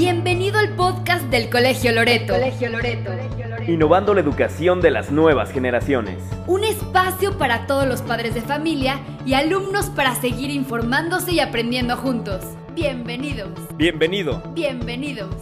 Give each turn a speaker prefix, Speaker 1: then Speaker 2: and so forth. Speaker 1: Bienvenido al podcast del Colegio Loreto.
Speaker 2: Colegio Loreto.
Speaker 3: Innovando la educación de las nuevas generaciones.
Speaker 1: Un espacio para todos los padres de familia y alumnos para seguir informándose y aprendiendo juntos. Bienvenidos.
Speaker 3: Bienvenido.
Speaker 1: Bienvenidos.